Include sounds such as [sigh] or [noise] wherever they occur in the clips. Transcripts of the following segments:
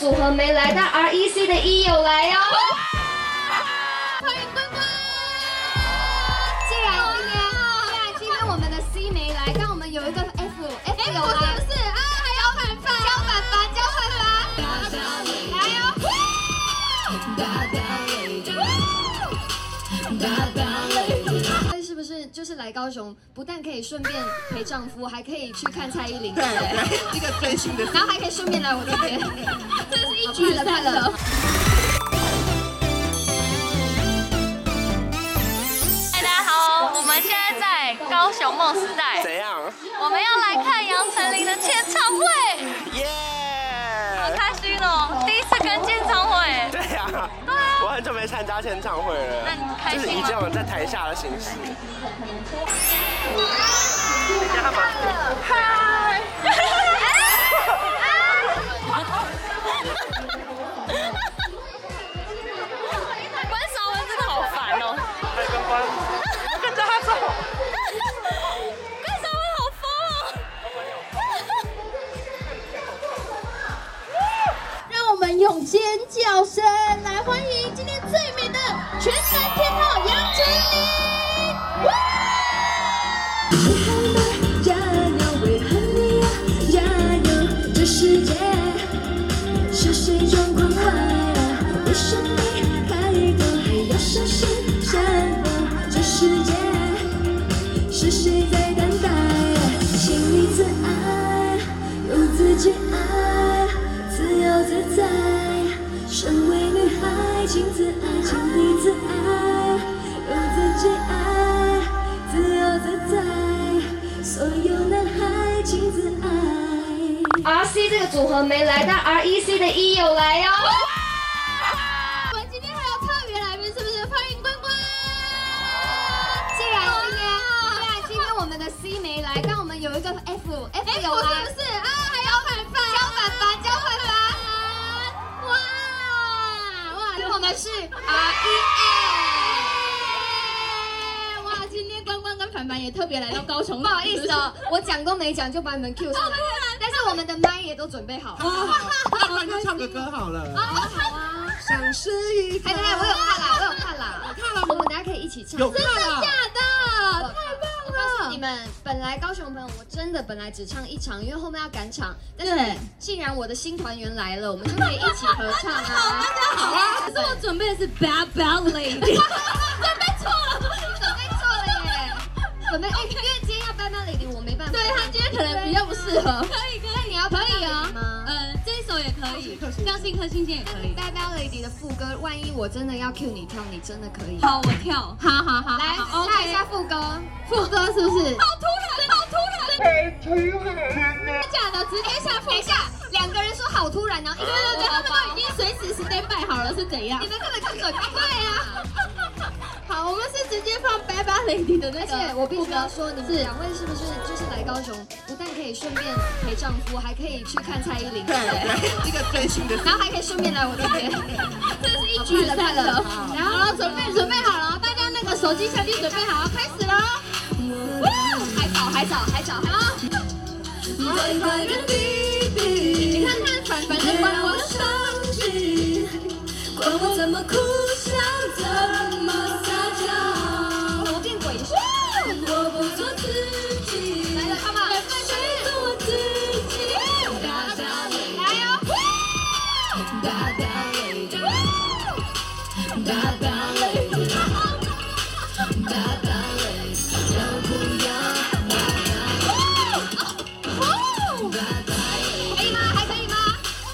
组合没来，但 R E C 的 E 有来哦。欢迎关关。既然今天，既然今天我们的 C 没来，但我们有一个 F，F 有我来是。不是啊？还有凡凡，焦凡凡，焦凡凡，来哦！哦但是不是就是来高雄，不但可以顺便陪丈夫，还可以去看蔡依林，对， [laughs] 对一个最新的。然后还可以顺便来我这边， [laughs] 这是一快了快了。嗨，哎大家好，我们现在在高雄梦时代，怎样？我们要来看杨丞琳的签唱会，耶！好开心哦！第一次跟签唱会，对呀、啊，我很久没参加签唱会了。那你开心就吗是以这种在台下的形 [laughs] 式。大家好嗨！关韶文真的好烦哦，嗨，关关，跟着他走。关韶文好疯哦。让我们用尖叫声来欢迎今天最美的全能天后杨丞琳。加油，为何你要加油？这世界是谁种狂妄？为什么开口还要小心闪躲？这世界是谁在等待？心里自爱，用自己爱，自由自在。身为女孩，请自爱，请你自爱，用自己爱，自由自在。所有男孩，请自爱。 R C 这个组合没来，但 R E C 的 E 有来哦。我们今天还有特别来宾，是不是？欢迎关关。既然今天，既然今天我们的 C 没来，但我们有一个 F，F 有我是来。不是啊？还有凡凡，焦凡凡，焦凡凡。哇哇，那我们是 R E A。哇，今天关关跟凡凡也特别来到高雄，不不好意思哦，我讲都没讲就把你们 Q 上来，但是我们的麦也都准备好。关关，就唱个歌好了。好啊，想是一个哎，等一下我有看啦，我有看啦，看了，我们大家可以一起唱。有看了。假的，我告诉你们，本来高雄朋友，我真的本来只唱一场，因为后面要赶场。但是对既然我的新团员来了，我们就可以一起合唱啊！好啊！ [laughs] 可是我准备的是 Bad Bad Lady，准备错了。准备错了耶，准备哎，因为今天要班班 lady，我没办法。对他今天可能比较不适合。可以可以，你要可可以以啊啊。呃，这一首也可以，要信颗星星也可以。班班 lady 的副歌，万一我真的要 cue 你跳，你真的可以。好，我跳。好好好来来下一下。副歌，副歌是不是？好突然，好突然。假的，直接下副。等一下，哎两个人说好突然，然后一对个对对，人他们都已经随时 stand by 好了，是怎样你？们根本就准备对啊！ [laughs] 呀。好，我们是直接放 Bad Bad Lady 的那个。而且我必须要说，你们是两位是不是就是来高雄，不但可以顺便陪丈夫，还可以去看蔡依林，对不对？ [laughs] 一个最新的。然后还可以顺便来我这边。这是一举三得。然后准备准备好了，大家那个手机、相机准备好，开始喽！哇，还早还早还早啊！快快跟弟弟，你看看凡凡跟别关让关我，伤心，管我怎么哭，想怎么撒娇，我变鬼畜。我不做自己，来了，爸爸，谁做我自己？大大雷，来哟！大大雷，大大雷，大大雷，要不要大大哦，大大雷？可以吗？还可以吗？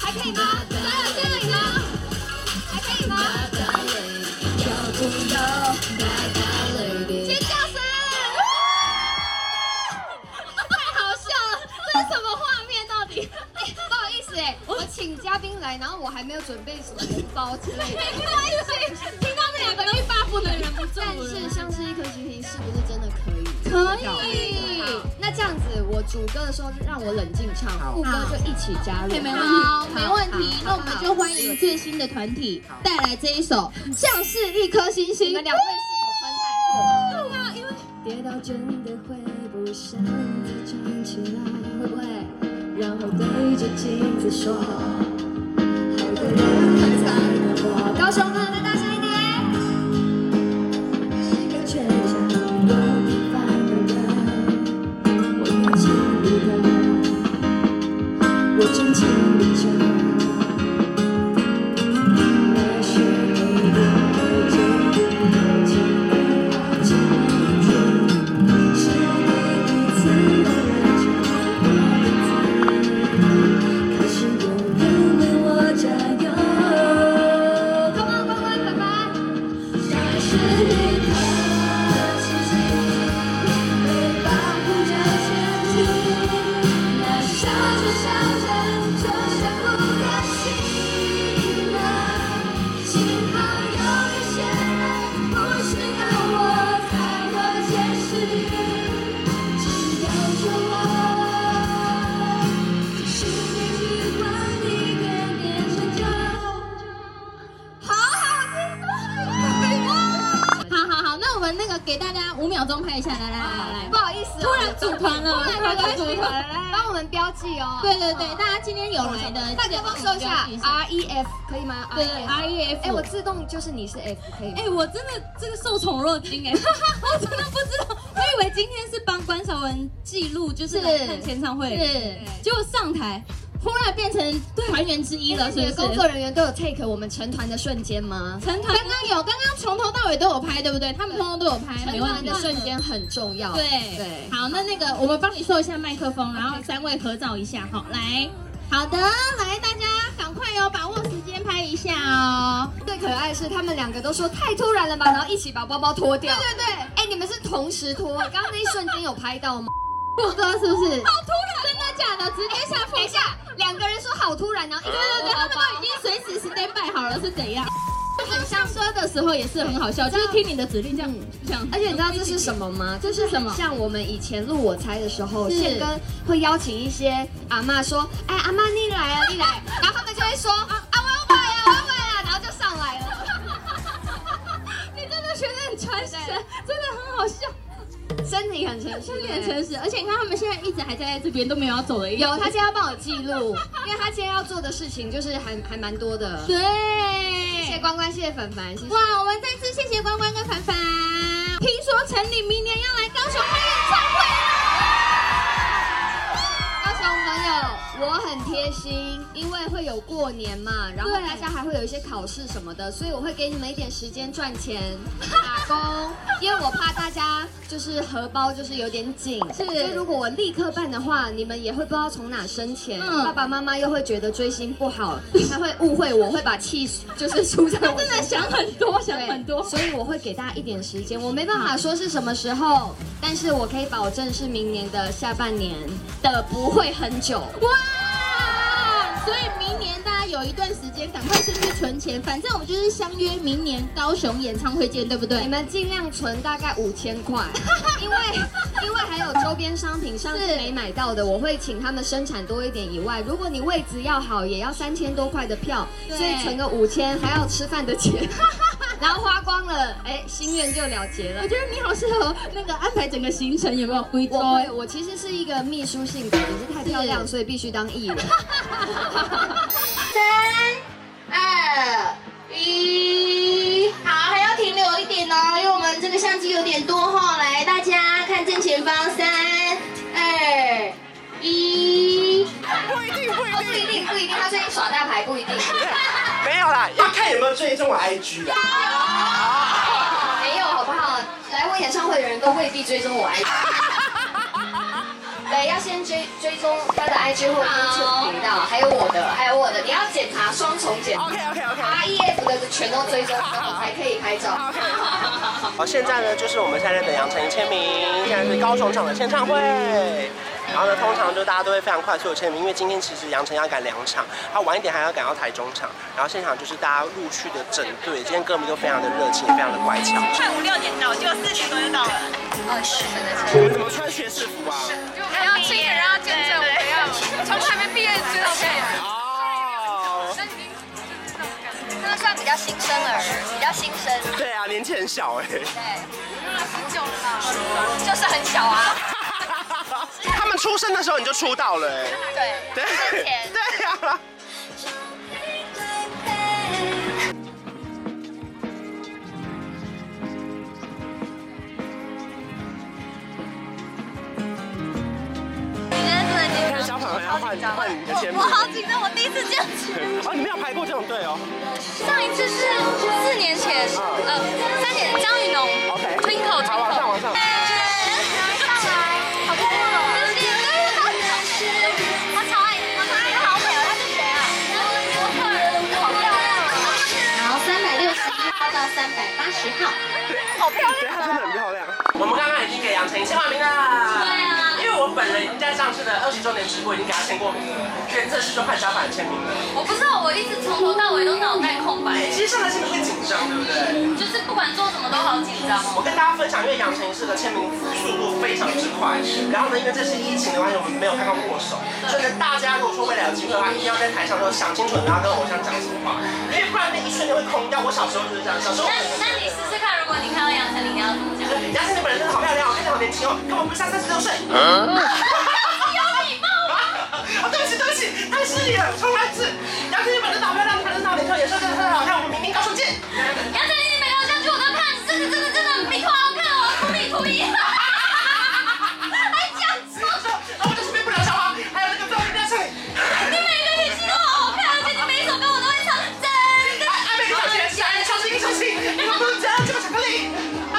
还可以吗？加油加油！还可以吗？大大雷，要不要大大雷？尖叫声！太好笑了，这是什么画面？到底？哎，不好意思哎，我请嘉宾来，然后我还没有准备什么红包之类的。没关系，听到这两个音发不能忍不住但是像是一颗星星，是不是真的可以？可以，那这样子，我主歌的时候就让我冷静唱，副歌就一起加入。没问题，好，没问题。那我们就欢迎最新的团体带来这一首《像是一颗星星》。你们两位是否穿太厚了？跌倒真的会不想再站起来，会不会？然后对着镜子说，还五秒钟拍一下，来来来来不来，好意思哦，突然组团了，突突然然没关组系团了，来来来帮我们标记哦。对对对，大家今天有来的，大哥帮我收一下 R E F 可以吗？对 REF R E F，哎，我自动就是你是 F 可以吗？哎、我真的这个受宠若惊哎、我真的不知道，我以为今天是帮关晓雯记录，就是来看签唱会，是，结果上台忽然变成团员之一了，是不你的是？工作人员都有 take 我们成团的瞬间吗？成团刚刚有，刚刚从头到尾都有拍，对不对？他们通通都有拍，成没问团题的瞬。间很重要。对对好，那那个我们帮你收一下麦克风，然后三位合照一下，好，来，好的，来大家赶快哦，把握时间拍一下哦。最可爱的是他们两个都说太突然了吧，然后一起把包包脱掉。对对对，哎，你们是同时脱，刚刚那一瞬间有拍到 [laughs] 吗？不知道是不是？好突然，真的假的？直接下等一下，两个人说好突然，然后一个对对人对，他包们包。都已经随时 stand by 好了，是怎样？很像歌的时候也是很好笑，就是听你的嗯指令这样这样。而且你知道这是什么吗？这是什么嗯像我们以前录我猜的时候，是宪哥会邀请一些阿嬷说：“哎，阿嬷你来啊，你来。”然后他们就会说：“啊，我要买啊，我要买啊。”然后就上来了。 [laughs] 你真的觉得很传神，真的很好笑，身体很诚实，真的很诚实。而且你看他们现在一直还待在这边，都没有要走的意思。有，他今天要帮我记录， [laughs] 因为他今天要做的事情就是还还蛮多的。对，谢谢关关，谢谢凡凡，谢谢。哇，我们再次谢谢关关跟凡凡。听说陈琳明年要来高雄开演唱会了，高雄朋友，我很贴心，因为会有过年嘛，然后对大家还会有一些考试什么的，所以我会给你们一点时间赚 [laughs] 钱、打工，因为我怕大家就是荷包就是有点紧。是所以如果我立刻办的话，你们也会不知道从哪生钱，啊嗯爸爸妈妈又会觉得追星不好，他会误会我，会把气 [laughs] 就是出在我真的身想上。很多，想对很多。所以我会给大家一点时间，我没办法说是什么时候，但是我可以保证是明年的下半年的，不会很久。哇！所以明年大家有一段时间，赶快先去存钱。反正我们就是相约明年高雄演唱会见，对 [laughs] 不你对？们尽量存大概五千块，因为因为还有周边商品上次是没买到的，我会请他们生产多一点以外，如果你位置要好，也要三千多块的票，对所以存个五千，还要吃饭的钱， [laughs] 然后花光了，哎，心愿就了结了我。觉得你好适合那个安排整个行程，有没有？徽州我会，我其实是一个秘书性格，只是太漂亮，是所以必须当艺 [laughs] 人。二一，好，还要停留一点哦，因为我们这个相机有点多哈、来，大家看正前方，三二一。不一定，不一定，不一定，不一定，他最近耍大牌，不一定。没有啦，要看有没有追踪我 IG 啦。没有，好不好？来我演唱会的人都未必追踪我 IG。对，要先追追踪他的 IG 或者 YouTube 频道，还有我的，还有我的，你要检查双重检查 OK OK OK。 ，R E F 的全都追踪，我才可以拍照。好，现在呢，就是我们现在在等杨丞琳签名，现在是高雄场的签唱会。然后呢，通常就大家都会非常快速的签名，因为今天其实杨丞要赶两场，他晚一点还要赶到台中场。然后现场就是大家陆续的整队，今天歌迷都非常的热情，也非常的乖 [laughs] 巧。快五六点到，结果四点多就到了。你们怎么穿学士服啊？还要亲眼让他见证我们要从还没毕业追到现在。哦，他们算比较新生儿，比较新生， [laughs] 对啊，年纪很小哎、很久了吧，就是很小啊。 [laughs] 他们出生的时候你就出道了哎、对对，之前， [laughs] 对啊。你真的你紧看小啊朋友要换换你的签名我好紧张，我第一次这样子。哦，你没有排过这种队哦。上一次是四年前，呃，三年，张雨农 OK ，Twinkle 好，往上往上。好酷哦！真是他超爱你，他好美哦！他是谁啊？模特儿，好漂亮！然后三百六十一号到三百八十号。好漂对，亮！啊她真的很漂亮。我们刚刚已经给杨丞琳签完名了。对啊因为我本人已经在上次的二十周年直播已经给她签过名了，原则是就派小板签名了。我不知道，我一直从头到尾都脑袋空白。其实上台签名会紧张，对不对？就是不管做什么都好紧张哦。我跟大家分享，因为杨丞仪的签名速度非常之快，然后呢，因为这次疫情的关系，我们没有看到握手，所以呢，大家如果说未来有机会的话，一定要在台上都想清楚你要跟偶像讲什么话，因为不然那一瞬间会空掉。我小时候就是这样，小时候那。那你试试看，如果你看到杨丞琳，你要怎么讲？杨丞琳本人真的好漂亮，看起来好年轻哦，根本不像三十六岁。有礼貌。 [laughs] 啊，对不起，对不起，太失礼了，重来一次。杨丞琳本人真的好漂亮，本人真的好年轻，也是真的很好看，我们明天高中见。杨丞琳，你每个偶像剧我都看，真的真的真的比图好看哦，图比 [laughs] 图一。还讲错，然后我就是变不了小花，还有那个不要跟上你每个语气都好好看，而且你每一首歌我都会唱，真的。爱美小姐，小心小心，你们不能这样，这个巧克力。反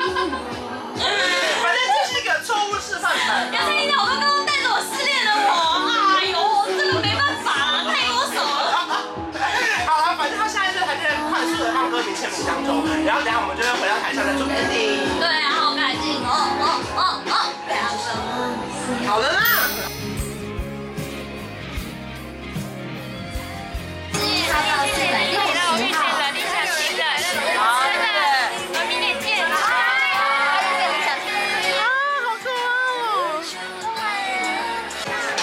正这是一个错误示范版。杨丞琳老公刚刚带着我失恋的我，哎呦，这个没办法啦，太优手了。好了，反正他下一次还是快速的放歌名签名当中，然后等下我们就会回到台上再做 ending。对啊，好感性哦哦哦哦，两个。好了啦。我遇见了理想情人，真的，我们明天见。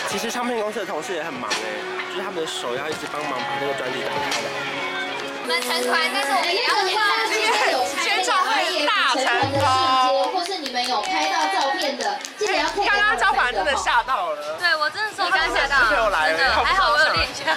其实唱片公司的同事也很忙哎，就是他们的手要一直帮忙把那个专辑打出来。我们成团，但是我哎们也那要个话是真有拍到行业成团的瞬间，或是你们有拍到照片的，记得要 take 刚刚招招凡真的吓到了。对我真的受刚吓到，啊又来真了的还好我有练一 [laughs] 下。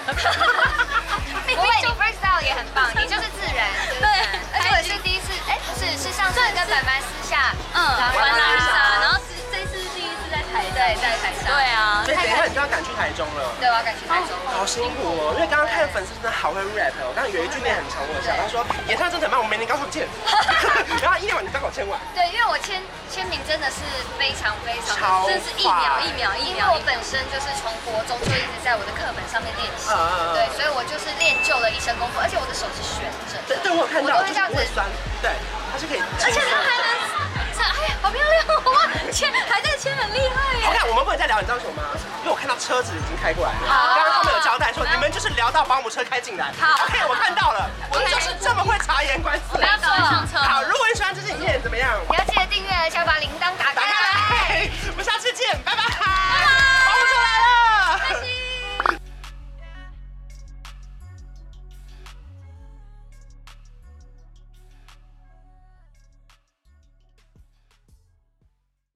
不会，你 freestyle 也很棒，你就是自然。对而且我是第一次，哎，是是上次跟本班私下，嗯，玩了了一一下下，然然后后这这次是第一次在台对，在台上。对，啊，所以等一下你就要赶去台中了。对，我要赶去台中。好辛苦哦，因为刚刚看粉丝真的好会 rap 哦。刚刚有一句念很长，我想他说演唱真的很慢，我明年高手 [laughs] 见。然后一念完你刚好签完，对，因为我签签名真的是非常非常超的，真是一秒一秒一因为秒我。本身就是从国中就一直在我的课本上面练习嗯嗯嗯，对，所以我就是练就了一身功夫，而且我的手是悬着的，对对，我有看到，我都会就这是样不子会，酸，对，它是可以。而且她还能唱，哎呀，好漂亮哦，哇，签还在签，很厉害耶好。哎看，我们不能再聊，你知道为什么吗？因为我看到车子已经开过来了。刚刚他们有交代说，你们就是聊到保姆车开进来。OK，我看到了，我就是这么会察言观色。